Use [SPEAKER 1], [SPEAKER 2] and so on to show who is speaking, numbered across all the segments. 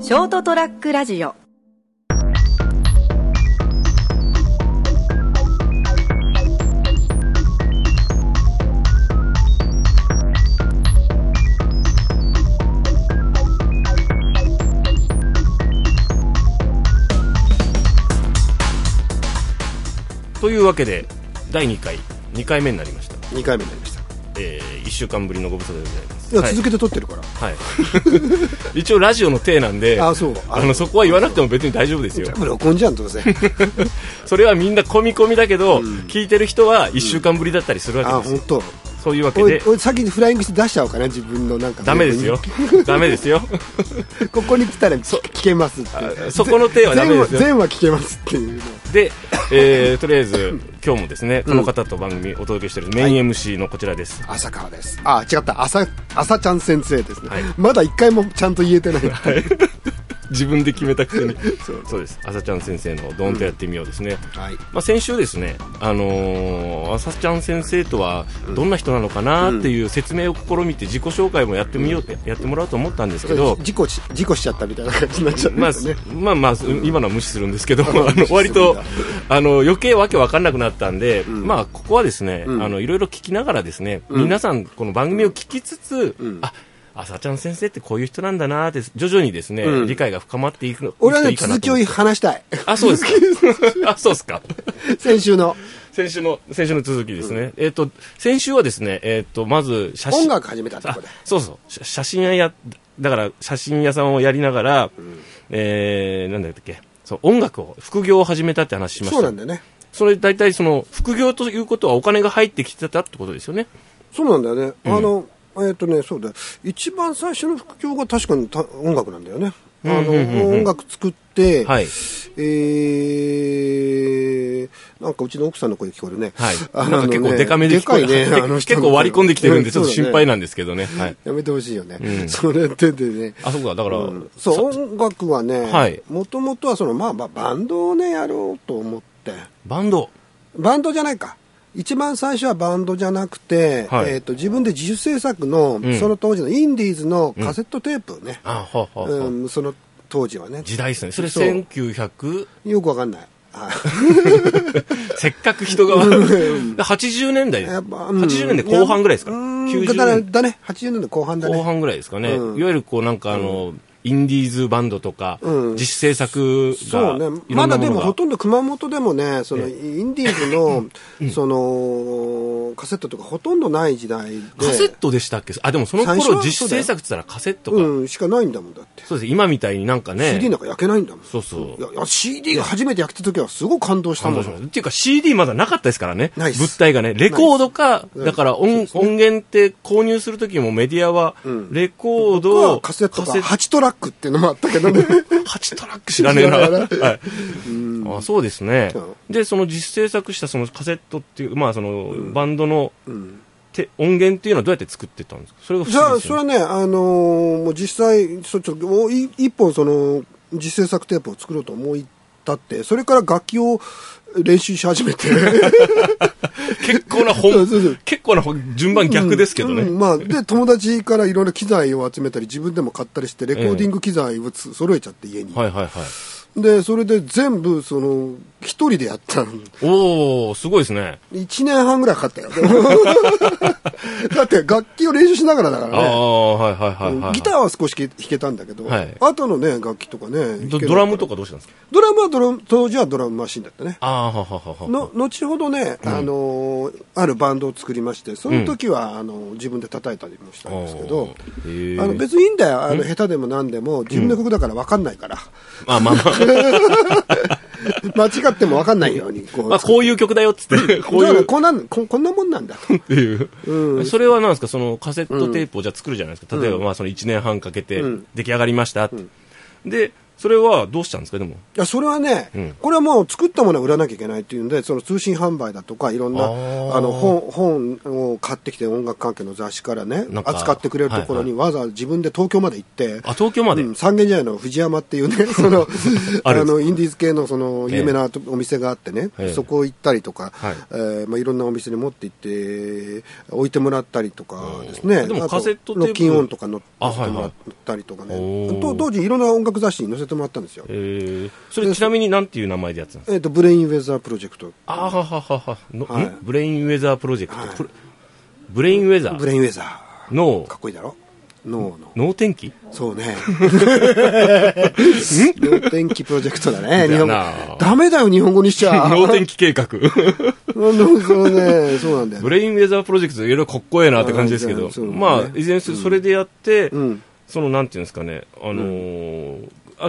[SPEAKER 1] ショートトラックラジオ
[SPEAKER 2] というわけで第2回2回目になりました、
[SPEAKER 3] 2回目になりました
[SPEAKER 2] え1週間ぶりのご無沙汰でございます
[SPEAKER 3] いや、
[SPEAKER 2] はい
[SPEAKER 3] 続けて撮ってるから
[SPEAKER 2] はい 一応ラジオの体なんであ
[SPEAKER 3] あそう
[SPEAKER 2] のそこは言わなくても別に大丈夫ですよ
[SPEAKER 3] 全部録音じゃんどうせ
[SPEAKER 2] それはみんな込み込みだけど、聞いてる人は1週間ぶりだったりするわ
[SPEAKER 3] あ
[SPEAKER 2] けです
[SPEAKER 3] 本
[SPEAKER 2] よ、
[SPEAKER 3] 当。
[SPEAKER 2] そういうわけ
[SPEAKER 3] 俺
[SPEAKER 2] で
[SPEAKER 3] 俺先にフライングして出しちゃおうかな自分のなんか
[SPEAKER 2] ダメです よダメですよ
[SPEAKER 3] ここに来たら聞聞けますって
[SPEAKER 2] あそこの手はダメで
[SPEAKER 3] 全話
[SPEAKER 2] すよ
[SPEAKER 3] 全話聞けますっていうの
[SPEAKER 2] で、えーとりあえず今日もですねこの方と番組お届けしてるメイン MC のこちらです、
[SPEAKER 3] 朝川ですあ違った朝朝ちゃん先生ですね、
[SPEAKER 2] はい
[SPEAKER 3] まだ一回もちゃんと言えてない、
[SPEAKER 2] 自分で決めたくせに
[SPEAKER 3] そ
[SPEAKER 2] そう
[SPEAKER 3] う
[SPEAKER 2] です朝ちゃん先生の「ドンとやってみよう」ですね、
[SPEAKER 3] はい
[SPEAKER 2] まあ、先週ですね、あのー、朝ちゃん先生とはどんな人なのかなっていう説明を試みて自己紹介もやってみようって、やってもらおうと思ったんですけど、
[SPEAKER 3] 事故し事故しちゃったみたいな感じになっちゃっ たん
[SPEAKER 2] まあ
[SPEAKER 3] ですね、、
[SPEAKER 2] まあまあ、今のは無視するんですけ ど、あ
[SPEAKER 3] 無視するん
[SPEAKER 2] の
[SPEAKER 3] だ
[SPEAKER 2] 割とあの余計わけわかんなくなったんで、まあ、ここはですね、
[SPEAKER 3] ん
[SPEAKER 2] あのいろいろ聞きながらですね、皆さん、この番組を聞きつつ、あ朝ちゃん先生ってこういう人なんだなって、徐々にですね、
[SPEAKER 3] うん
[SPEAKER 2] 理解が深まっていくの
[SPEAKER 3] 俺はい
[SPEAKER 2] くと
[SPEAKER 3] ね
[SPEAKER 2] いいかな
[SPEAKER 3] 続
[SPEAKER 2] と
[SPEAKER 3] き
[SPEAKER 2] 思
[SPEAKER 3] を
[SPEAKER 2] って
[SPEAKER 3] 話したい
[SPEAKER 2] あ、そう ですか。あ、そうですか。
[SPEAKER 3] 先週の
[SPEAKER 2] 先週の、先週の続きですね。えっ、と、先週はですね、えっ、と、まず写真。
[SPEAKER 3] 音楽始めたとこ
[SPEAKER 2] あ
[SPEAKER 3] で
[SPEAKER 2] そうそう。写写真屋や、だから写真屋さんをやりながら、えー、なんだったっけ。そう、音楽を、副業を始めたって話しました。
[SPEAKER 3] そうなんだよね
[SPEAKER 2] それ大体その、副業ということはお金が入ってきてたってことですよね。
[SPEAKER 3] そうなんだよね、あのえっ、とねそうだ一番最初の副業が確かにた音楽なんだよねあの、音楽作って、
[SPEAKER 2] はい
[SPEAKER 3] えー、なんかうちの奥さんの声聞こえるね、
[SPEAKER 2] はい。
[SPEAKER 3] あ
[SPEAKER 2] なんか
[SPEAKER 3] のね
[SPEAKER 2] 結構デカめで聞こえ
[SPEAKER 3] でかいねあの人
[SPEAKER 2] 結
[SPEAKER 3] の声
[SPEAKER 2] 構割り込んできてるんで、ちょっと
[SPEAKER 3] そうだ
[SPEAKER 2] 心
[SPEAKER 3] ね
[SPEAKER 2] 配なんですけどね。はい。
[SPEAKER 3] やめてほしいよね、
[SPEAKER 2] うん
[SPEAKER 3] それってでね
[SPEAKER 2] あ、そうか、だから、
[SPEAKER 3] うんそう
[SPEAKER 2] さ
[SPEAKER 3] 音楽は
[SPEAKER 2] はい
[SPEAKER 3] ねもともとはその、まあ、まあバンドをねやろうと思って
[SPEAKER 2] バンド。
[SPEAKER 3] バンドじゃないか一番最初はバンドじゃなくて、
[SPEAKER 2] はい
[SPEAKER 3] えー、と自分で自主制作の、
[SPEAKER 2] ん
[SPEAKER 3] その当時のインディーズのカセットテープをね、
[SPEAKER 2] あ、ほうほうほう。
[SPEAKER 3] うん、その当時はね
[SPEAKER 2] 時代ですね。それ
[SPEAKER 3] そう
[SPEAKER 2] 1900、
[SPEAKER 3] よくわかんない あ
[SPEAKER 2] せっかく人が、80年代です。
[SPEAKER 3] やっぱうん
[SPEAKER 2] 80年代後半ぐらいですか。
[SPEAKER 3] うんだ
[SPEAKER 2] 90
[SPEAKER 3] だね80年代後半だ
[SPEAKER 2] 年
[SPEAKER 3] ね
[SPEAKER 2] 後半ぐらいですかね。
[SPEAKER 3] うん
[SPEAKER 2] いわゆるこうなんかあの、インディーズバンドとか、
[SPEAKER 3] うん
[SPEAKER 2] 自主制作
[SPEAKER 3] そ
[SPEAKER 2] が、
[SPEAKER 3] うね
[SPEAKER 2] いろ
[SPEAKER 3] ま
[SPEAKER 2] んな
[SPEAKER 3] だで
[SPEAKER 2] もの
[SPEAKER 3] も
[SPEAKER 2] が
[SPEAKER 3] ほ。とんど熊本でもねその
[SPEAKER 2] え
[SPEAKER 3] インディーズの、そのカセットとかほとんどない時代で
[SPEAKER 2] カセットでしたっけあ、でもその
[SPEAKER 3] 最初
[SPEAKER 2] 頃
[SPEAKER 3] は
[SPEAKER 2] 自主制作って言ったらカセットか。
[SPEAKER 3] うん、しかないんだもんだって、
[SPEAKER 2] そうです。今みたいになんかね。
[SPEAKER 3] CD なんか焼けないんだもん
[SPEAKER 2] そうそう
[SPEAKER 3] いやいや CD が初めて焼けた時はすごく感動した
[SPEAKER 2] 感動
[SPEAKER 3] もん
[SPEAKER 2] しましたっていうか CD まだなかったですからね。
[SPEAKER 3] ないっす
[SPEAKER 2] 物体がね。レコードか、
[SPEAKER 3] ないっす
[SPEAKER 2] だから
[SPEAKER 3] そう
[SPEAKER 2] 音,、
[SPEAKER 3] ですね
[SPEAKER 2] 音源って購入するときもメディアは
[SPEAKER 3] ん、
[SPEAKER 2] レコー
[SPEAKER 3] 僕
[SPEAKER 2] ド、
[SPEAKER 3] はカセット
[SPEAKER 2] カ
[SPEAKER 3] か8トラックっていうのもあったけ どね
[SPEAKER 2] 8トラック知らねえな。
[SPEAKER 3] 知らねえな
[SPEAKER 2] はいあそうですね
[SPEAKER 3] うん。
[SPEAKER 2] で、その実制作したそのカセットっていう、まあそのバンドのて音源っていうのはどうやって作ってたんですかそれが不
[SPEAKER 3] じゃ
[SPEAKER 2] 思議
[SPEAKER 3] あ
[SPEAKER 2] です
[SPEAKER 3] それ
[SPEAKER 2] よ
[SPEAKER 3] は
[SPEAKER 2] ね。
[SPEAKER 3] ねあのーもう実際そちょっとおい一本その自制作テープを作ろうと思い立ってそれから楽器を練習し始めて
[SPEAKER 2] 結構な本
[SPEAKER 3] そうそうそう、
[SPEAKER 2] 結構な本順番 逆ですけど
[SPEAKER 3] うん
[SPEAKER 2] ね。
[SPEAKER 3] まあ、で友達からいろんな機材を集めたり自分でも買ったりしてレコーディング機材をつ揃えちゃって家に、
[SPEAKER 2] はいはいはい。
[SPEAKER 3] でそれで全部その一人でやったの
[SPEAKER 2] おー、すごいですね。
[SPEAKER 3] 1年半ぐらいかかったよ だって楽器を練習しながらだか
[SPEAKER 2] あ
[SPEAKER 3] らね
[SPEAKER 2] あ、はいはいはいはい。
[SPEAKER 3] ギターは少し弾けたんだけど、
[SPEAKER 2] はい
[SPEAKER 3] 後のね楽器とかね弾け
[SPEAKER 2] ド
[SPEAKER 3] ない
[SPEAKER 2] ドラムとかどうしたんですか
[SPEAKER 3] ドラムはドラム当時はドラムマシンだったね
[SPEAKER 2] ああ、はははは。
[SPEAKER 3] の後ほどね、あのーあるバンドを作りましてその時は、あの自分で叩いたりもしたんですけ
[SPEAKER 2] お
[SPEAKER 3] ど
[SPEAKER 2] ーへー
[SPEAKER 3] あの別にいいんだよあの下手でも何でも自分の曲だから分かんな いから、
[SPEAKER 2] まあまあまあ、
[SPEAKER 3] 間違っても分かんないようにこう,、
[SPEAKER 2] まあこういう曲だよっつ って、こう
[SPEAKER 3] だか
[SPEAKER 2] い
[SPEAKER 3] ら
[SPEAKER 2] う
[SPEAKER 3] こんなんここんなもんなんだと
[SPEAKER 2] っていう、それはなんですかそのカセットテープをじゃあ作るじゃないですか、例えばまあその1年半かけて出来上がりましたって、でそれはどうしたんですかでも
[SPEAKER 3] いやそれはね、
[SPEAKER 2] うん
[SPEAKER 3] これはもう作ったものは売らなきゃいけないっていうんで、その通信販売だとか、いろんな
[SPEAKER 2] あー
[SPEAKER 3] あの本本を買ってきて、音楽関係の雑誌からね
[SPEAKER 2] なん、か
[SPEAKER 3] 扱ってくれるところに、わざわざ自分で東京まで行って、
[SPEAKER 2] あ東京まで、
[SPEAKER 3] うん三軒茶屋の藤山っていう ね、その
[SPEAKER 2] あ
[SPEAKER 3] あ
[SPEAKER 2] るんです
[SPEAKER 3] のインディーズ系のその
[SPEAKER 2] ええ
[SPEAKER 3] 有名なとお店があってね、
[SPEAKER 2] ええ
[SPEAKER 3] そこ行ったりとか、
[SPEAKER 2] はい
[SPEAKER 3] えーまあ、いろんなお店に持って行って、置いてもらったりとかですね、
[SPEAKER 2] うんでも
[SPEAKER 3] あと
[SPEAKER 2] カセットテープ
[SPEAKER 3] ロッキンオンとか乗っ
[SPEAKER 2] あ
[SPEAKER 3] 乗
[SPEAKER 2] はいは
[SPEAKER 3] って
[SPEAKER 2] い
[SPEAKER 3] もらったりとかね、
[SPEAKER 2] おー
[SPEAKER 3] と当時、いろんな音楽雑誌に載せてもらったんですよ
[SPEAKER 2] え。ーそれちなみになんていう名前でやってたんですか
[SPEAKER 3] えっとブレインウェザープロジェクト
[SPEAKER 2] あーははははの、
[SPEAKER 3] はい
[SPEAKER 2] んブレインウェザープロジェクト、
[SPEAKER 3] はい
[SPEAKER 2] プロブレインウェザ
[SPEAKER 3] ブ
[SPEAKER 2] ー
[SPEAKER 3] レインウェザー
[SPEAKER 2] の
[SPEAKER 3] かっこいいだろ脳の
[SPEAKER 2] 能天気
[SPEAKER 3] そう ね脳天気プロジェクトだね日
[SPEAKER 2] だ
[SPEAKER 3] 本
[SPEAKER 2] な
[SPEAKER 3] 語ダメだよ日本語にしちゃ
[SPEAKER 2] 能天気計画
[SPEAKER 3] うん そうねそうなんだよ
[SPEAKER 2] ブ
[SPEAKER 3] ね
[SPEAKER 2] レインウェザープロジェクトいろいろかっこええなって感じですけ
[SPEAKER 3] あ
[SPEAKER 2] ど
[SPEAKER 3] ーそう、ね
[SPEAKER 2] まあいずれにせよそれでやって、
[SPEAKER 3] うん
[SPEAKER 2] そのなんていうんですかねあのーあ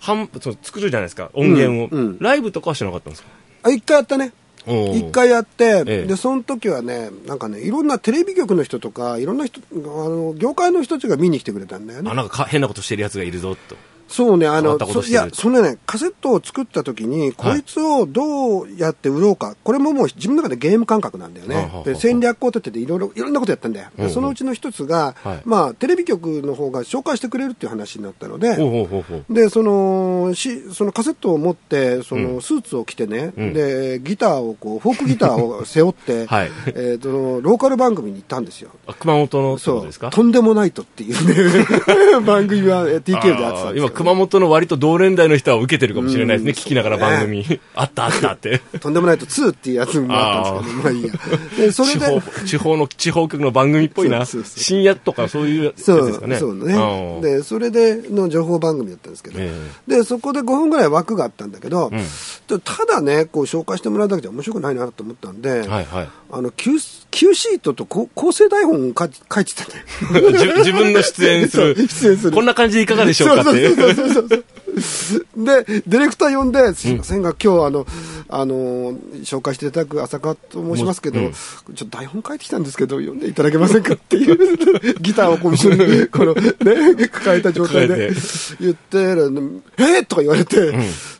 [SPEAKER 2] 半そう作るじゃないですか音源を、
[SPEAKER 3] うんうん
[SPEAKER 2] ライブとかはしなかったんですか
[SPEAKER 3] あ一回やったね一回やって、
[SPEAKER 2] ええ
[SPEAKER 3] でその時はねなんかねいろんなテレビ局の人とかいろんな人あの業界の人たちが見に来てくれたんだよね
[SPEAKER 2] あなんかか変なことしてるやつがいるぞと
[SPEAKER 3] そうね、あ
[SPEAKER 2] 変わっ
[SPEAKER 3] の
[SPEAKER 2] たこ、とし
[SPEAKER 3] そい
[SPEAKER 2] てる
[SPEAKER 3] や、そのね、カセットを作った時に、こいつをどうやって売ろうか、これももう自分の中でゲーム感覚なんだよ
[SPEAKER 2] はあはあ
[SPEAKER 3] ね
[SPEAKER 2] は。あ
[SPEAKER 3] で戦略を立てていろいろ、いろんなことやったんだよ。
[SPEAKER 2] うんう
[SPEAKER 3] で
[SPEAKER 2] ん
[SPEAKER 3] そのうちの一つが
[SPEAKER 2] はい、
[SPEAKER 3] まあ、テレビ局の方が紹介してくれるっていう話になったの
[SPEAKER 2] ほう
[SPEAKER 3] で、
[SPEAKER 2] ほうほうほう
[SPEAKER 3] で、その、し、そのカセットを持って、そのスーツを着てね、
[SPEAKER 2] うん
[SPEAKER 3] で、ギターをこう、フォークギターを背負って、
[SPEAKER 2] はい
[SPEAKER 3] えっと、そのローカル番組に行ったんですよ。
[SPEAKER 2] あ熊本のってこ
[SPEAKER 3] そ
[SPEAKER 2] と
[SPEAKER 3] う
[SPEAKER 2] ですか
[SPEAKER 3] とんでもないとっていう ね、番組はえ TKO でやってたん
[SPEAKER 2] あー
[SPEAKER 3] ですよ
[SPEAKER 2] 今熊本の割と同年代の人は受けてるかもしれないですね、
[SPEAKER 3] うん
[SPEAKER 2] 聞きながら番組、 あったあったって
[SPEAKER 3] とんでもないと2っていうやつもあったんですけど、まあいいや。で、それ
[SPEAKER 2] 地方
[SPEAKER 3] で、
[SPEAKER 2] 地方の地方局の番組っぽいな
[SPEAKER 3] そうそうそう
[SPEAKER 2] 深夜とかそういうやつ
[SPEAKER 3] そ
[SPEAKER 2] ですか
[SPEAKER 3] う、
[SPEAKER 2] ね
[SPEAKER 3] そう
[SPEAKER 2] あ
[SPEAKER 3] ね。
[SPEAKER 2] ー
[SPEAKER 3] で、それでの情報番組だったんですけど、
[SPEAKER 2] え
[SPEAKER 3] で、そこで5分ぐらい枠があったんだけど、
[SPEAKER 2] ん
[SPEAKER 3] ちょただね、こう紹介してもらうだけじゃ面白くないなと思ったんで、
[SPEAKER 2] はいはい
[SPEAKER 3] あの、Q, Q シートとこう構成台本を書い書いてたんだよ。
[SPEAKER 2] 自自分の出演する
[SPEAKER 3] そう出演する
[SPEAKER 2] こんな感じでいかがでしょうかっていう
[SPEAKER 3] そうそうそうそうそう。で、ディレクター呼んで、すいませんが、今日あの、あの、紹介していただく浅川と申しますけど、
[SPEAKER 2] うん
[SPEAKER 3] ちょっと台本書いてきたんですけど、読んでいただけませんかっていう、ギターをこう後ろに、この、ね、抱えた状態
[SPEAKER 2] 抱え
[SPEAKER 3] で
[SPEAKER 2] て、
[SPEAKER 3] 言って、えー、とか言われて、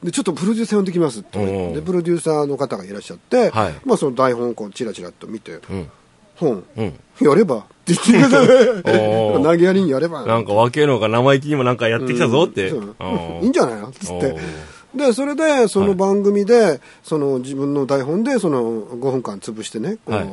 [SPEAKER 3] で、ちょっとプロデューサー呼んできますって言われ
[SPEAKER 2] うん
[SPEAKER 3] て、で、プロデューサーの方がいらっしゃって、
[SPEAKER 2] はい
[SPEAKER 3] まあその台本をこう、チラチラっと見て、
[SPEAKER 2] ん
[SPEAKER 3] 本、
[SPEAKER 2] うん
[SPEAKER 3] やればって言ってください。
[SPEAKER 2] おー
[SPEAKER 3] 投げやりにやれ ば。
[SPEAKER 2] なんか若えのが生意気にもなんかやってきたぞって。
[SPEAKER 3] そう
[SPEAKER 2] あー
[SPEAKER 3] いいんじゃないのっつっ
[SPEAKER 2] お
[SPEAKER 3] て
[SPEAKER 2] ー
[SPEAKER 3] でそれでそ
[SPEAKER 2] は
[SPEAKER 3] の
[SPEAKER 2] い
[SPEAKER 3] 番組で、その自分の台本でその5分間潰してねこう、
[SPEAKER 2] はい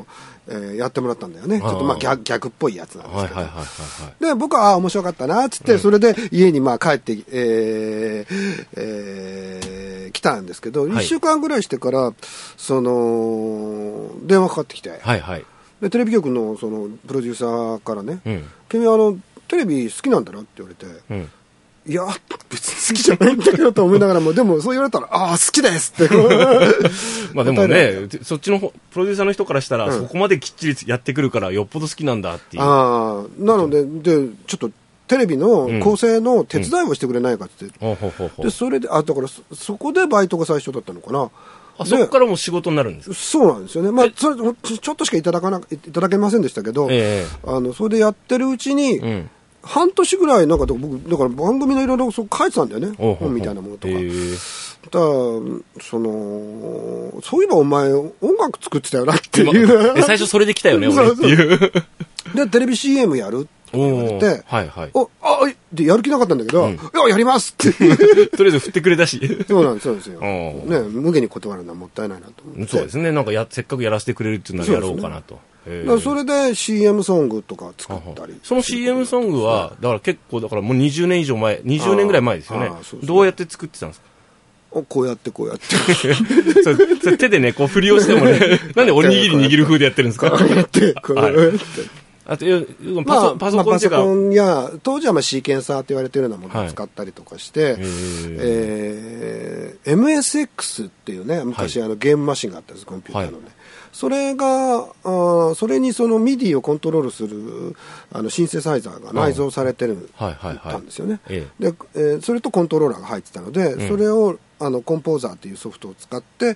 [SPEAKER 3] えーやってもらったんだよねちょっとまあ
[SPEAKER 2] あー
[SPEAKER 3] 逆逆っぽいやつなんです
[SPEAKER 2] はい
[SPEAKER 3] けど、
[SPEAKER 2] はいはいはいはい。
[SPEAKER 3] で僕はああ面白かったなっつって、それで家にまあ帰って、えーえー来たんですけど、
[SPEAKER 2] はい
[SPEAKER 3] 1週間ぐらいしてからその電話かかってきて、
[SPEAKER 2] はいはい。
[SPEAKER 3] でテレビ局のそのプロデューサーからね「
[SPEAKER 2] うん
[SPEAKER 3] 君あのテレビ好きなんだな」って言われて。
[SPEAKER 2] うん。
[SPEAKER 3] いや、別に好きじゃないんだけどと思いながらも、でもそう言われたら、ああ、好きですって。ま
[SPEAKER 2] まあでもね、そっちの方プロデューサーの人からしたら、
[SPEAKER 3] うん
[SPEAKER 2] そこまできっちりやってくるから、よっぽど好きなんだっていう。
[SPEAKER 3] ああ、なので、で、ちょっとテレビの構成の手伝いをしてくれないかって。
[SPEAKER 2] ほうほうほうほう
[SPEAKER 3] で、それで、あ、だからそ、そこでバイトが最初だったのかな。
[SPEAKER 2] あ
[SPEAKER 3] で
[SPEAKER 2] そこからもう仕事になるんですか
[SPEAKER 3] そうなんですよね。まあ、それ、ほんちょちょっとしかいただかな、いただけませんでしたけど、
[SPEAKER 2] え
[SPEAKER 3] あの、それでやってるうち
[SPEAKER 2] え
[SPEAKER 3] に、
[SPEAKER 2] うん。
[SPEAKER 3] 半年ぐらい、なんか、僕、だから番組のいろいろそう書いてたんだよね。
[SPEAKER 2] ほうほうほう
[SPEAKER 3] 本みたいなものとか。
[SPEAKER 2] ええ
[SPEAKER 3] ただそのそういえばお前音楽作ってたよなっていう
[SPEAKER 2] え最初それで来たよ ね、
[SPEAKER 3] そ
[SPEAKER 2] 俺っ
[SPEAKER 3] う
[SPEAKER 2] て
[SPEAKER 3] そう
[SPEAKER 2] いう。
[SPEAKER 3] でテレビ CM やるって言われ
[SPEAKER 2] おー
[SPEAKER 3] て
[SPEAKER 2] はいはい。
[SPEAKER 3] おあいでやる気なかったんだけど、
[SPEAKER 2] うん
[SPEAKER 3] いややりますって
[SPEAKER 2] とりあえず振ってくれたし。
[SPEAKER 3] そうなんですそうですよ、
[SPEAKER 2] おー
[SPEAKER 3] ね、無限に断るのはもったいないなと思っ て
[SPEAKER 2] そうですね、なんかや、せっかくやらせてくれるっていうならやろうかなと。え
[SPEAKER 3] だ
[SPEAKER 2] え
[SPEAKER 3] からそれで CM ソングとか作ったり
[SPEAKER 2] その CM ソングは、だから結構、だからもう20年以上前、20年ぐらい前ですよね
[SPEAKER 3] あーあーそう。そう
[SPEAKER 2] どうやって作ってたんですか
[SPEAKER 3] おこうやってこうやって
[SPEAKER 2] それそれ手でね、こう振りをしてもね、 なんでおにぎり握る風でやってるんです
[SPEAKER 3] こ
[SPEAKER 2] か
[SPEAKER 3] うやってこうやって、
[SPEAKER 2] はいあと、要はパソ,、
[SPEAKER 3] まあ
[SPEAKER 2] パソコンっていう
[SPEAKER 3] まあパソコ
[SPEAKER 2] か、
[SPEAKER 3] ンや当時はまあシーケンサーって言われてるようなものを使ったりとかして、
[SPEAKER 2] えー
[SPEAKER 3] えー MSX っていうね昔、
[SPEAKER 2] は
[SPEAKER 3] あのゲームマシンがあったんですコンピューターのね、
[SPEAKER 2] はい
[SPEAKER 3] それがあーそれにその MIDI をコントロールするあのシンセサイザーが内蔵されてる、
[SPEAKER 2] はいはいはい
[SPEAKER 3] たんですよね、
[SPEAKER 2] え
[SPEAKER 3] でえーそれとコントローラーが入ってたので、それをあのコンポーザーっていうソフトを使って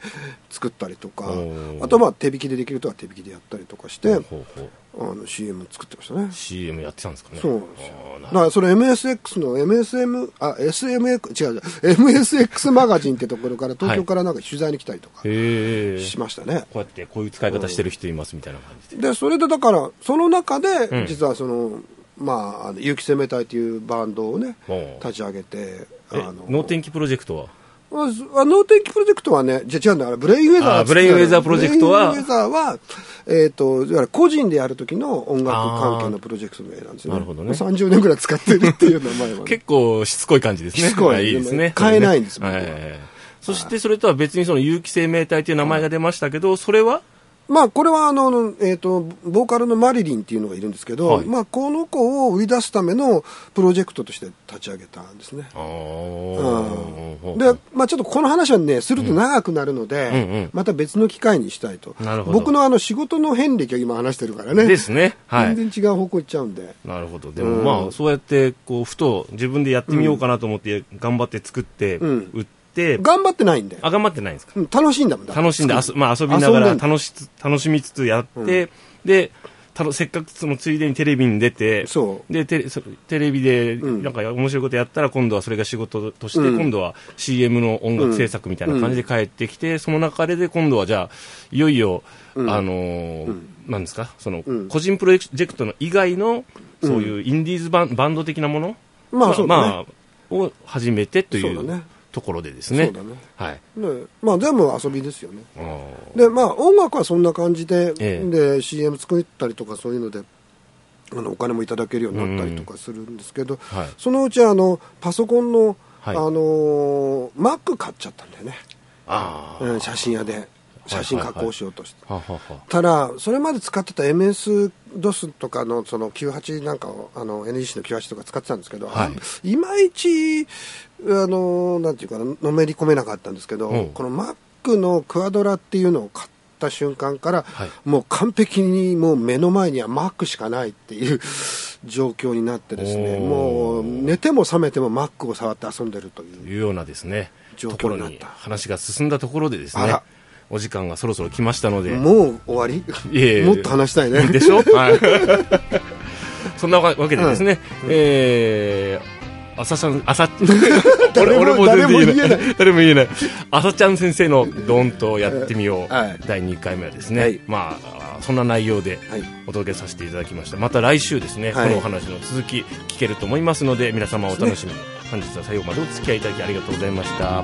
[SPEAKER 3] 作ったりとか
[SPEAKER 2] おー
[SPEAKER 3] あとまあ手引きでできるとは手引きでやったりとかして
[SPEAKER 2] ほうほう
[SPEAKER 3] あの CM 作ってましたね
[SPEAKER 2] CM やってたんですかね
[SPEAKER 3] そうなんですよ
[SPEAKER 2] あーな
[SPEAKER 3] だからその MSX の MSM あ SMX 違う違う MSX マガジンってところから東京からなんか取材に来たりとか
[SPEAKER 2] へえ
[SPEAKER 3] しましたね、
[SPEAKER 2] こうやってこういう使い方してる人いますみたいな感じで、
[SPEAKER 3] でそれでだからその中
[SPEAKER 2] う
[SPEAKER 3] で
[SPEAKER 2] ん
[SPEAKER 3] 実はその、まああの有機生命体というバンドをね
[SPEAKER 2] おう
[SPEAKER 3] 立ち上げてあ
[SPEAKER 2] え能天気プロジェクトは
[SPEAKER 3] あそあ能天気プロジェクトはね、じゃあ違うんだから、ブレインウェザーが
[SPEAKER 2] あブレインウェザープロジェクトは
[SPEAKER 3] ブレインウェザーは、えっ、と、いわゆる個人でやる時の音楽関係のプロジェクト名なんです
[SPEAKER 2] あー
[SPEAKER 3] よね。
[SPEAKER 2] なるほどね
[SPEAKER 3] 30年ぐらい使ってるっていう名前は、ね。
[SPEAKER 2] 結構しつこい感じですね
[SPEAKER 3] しつこい
[SPEAKER 2] あいいです
[SPEAKER 3] で
[SPEAKER 2] ね
[SPEAKER 3] も買えないんです
[SPEAKER 2] それね
[SPEAKER 3] 僕は
[SPEAKER 2] はいはいはいそしてそれとは別にその有機生命体という名前が出ましたけどそれは
[SPEAKER 3] まあ、これはあの、えっ、と、ボーカルのマリリンっていうのがいるんですけど、
[SPEAKER 2] はい
[SPEAKER 3] まあ、この子を売り出すためのプロジェクトとして立ち上げたんですね。
[SPEAKER 2] ああ
[SPEAKER 3] うんで、まあ、ちょっとこの話はね、すると長くなるので、
[SPEAKER 2] うんうん
[SPEAKER 3] また別の機会にしたいと。
[SPEAKER 2] なるほど
[SPEAKER 3] 僕のあの仕事の遍歴を今話してるからね。
[SPEAKER 2] ですねはい
[SPEAKER 3] 全然違う方向行っちゃうんで。
[SPEAKER 2] なるほどでもまあそうやってこうふと自分でやってみようかなと思って頑張って作って
[SPEAKER 3] うん
[SPEAKER 2] 売って、
[SPEAKER 3] 頑張ってないんだよ。
[SPEAKER 2] あ頑張ってないんですか
[SPEAKER 3] うん楽しいんだもんだって
[SPEAKER 2] 楽しんで、あ
[SPEAKER 3] 作
[SPEAKER 2] そ
[SPEAKER 3] る
[SPEAKER 2] まあ、遊びながら
[SPEAKER 3] 遊んでん
[SPEAKER 2] 楽しつ楽しみつつやって、でたのせっかくそのついでにテレビに出て
[SPEAKER 3] そう
[SPEAKER 2] でテレそテレビで
[SPEAKER 3] うん
[SPEAKER 2] なんか面白いことやったら今度はそれが仕事として、
[SPEAKER 3] うん
[SPEAKER 2] 今度は CM の音楽制作みたいな感じで帰ってきて、その中で今度はじゃあいよいよ、
[SPEAKER 3] うん
[SPEAKER 2] あのーなんですかその、
[SPEAKER 3] うん
[SPEAKER 2] 個人プロジェクトの以外のそういうインディーズバンバンド的なもの、
[SPEAKER 3] まあそうだね
[SPEAKER 2] まあを始めてとい
[SPEAKER 3] そうだね
[SPEAKER 2] うところでですね。
[SPEAKER 3] そうだね
[SPEAKER 2] はい
[SPEAKER 3] ねまあ、全部遊びですよね。
[SPEAKER 2] あー
[SPEAKER 3] で、まあ、音楽はそんな感じで、
[SPEAKER 2] ええ
[SPEAKER 3] で、CM 作ったりとかそういうので、あの、お金もいただけるようになったりとかするんですけど、
[SPEAKER 2] はい
[SPEAKER 3] そのうち、あの、パソコンの、
[SPEAKER 2] はい
[SPEAKER 3] あのー、Mac 買っちゃったんだよね。
[SPEAKER 2] あー
[SPEAKER 3] うん、写真屋で。写真加工しようとして。
[SPEAKER 2] ははは
[SPEAKER 3] ただ、それまで使ってた MS-DOS とかのその98なんかを、あの NEC の98とか使ってたんですけど、、
[SPEAKER 2] はい
[SPEAKER 3] まいち、あの、なんていうかな、のめり込めなかったんですけど、
[SPEAKER 2] うん
[SPEAKER 3] この Mac のクアドラっていうのを買った瞬間から、
[SPEAKER 2] はい
[SPEAKER 3] もう完璧にもう目の前には Mac しかないっていう状況になってですね、
[SPEAKER 2] おー
[SPEAKER 3] もう寝ても覚めても Mac を触って遊んでるという
[SPEAKER 2] と。いうようなですね
[SPEAKER 3] 状況
[SPEAKER 2] ところ
[SPEAKER 3] になっ
[SPEAKER 2] に
[SPEAKER 3] た
[SPEAKER 2] 話が進んだところでです
[SPEAKER 3] あ
[SPEAKER 2] ね
[SPEAKER 3] ら
[SPEAKER 2] お時間がそろそろ来ましたので
[SPEAKER 3] もう終わり
[SPEAKER 2] いえいえ
[SPEAKER 3] もっと話したいね。
[SPEAKER 2] で しょ、はい、そんなわけでですね、えー、朝さん 朝俺俺も全然言えない誰も言えない朝ちゃん先生の「ドンとやってみよう」
[SPEAKER 3] はい
[SPEAKER 2] 第2回目はですね、
[SPEAKER 3] はい
[SPEAKER 2] まあそんな内容で
[SPEAKER 3] はい
[SPEAKER 2] お届けさせていただきましたまた来週ですね、
[SPEAKER 3] はい
[SPEAKER 2] このお話の続き聞けると思いますので皆様お楽しみに、本日は最後までお付き合いいただきありがとうございました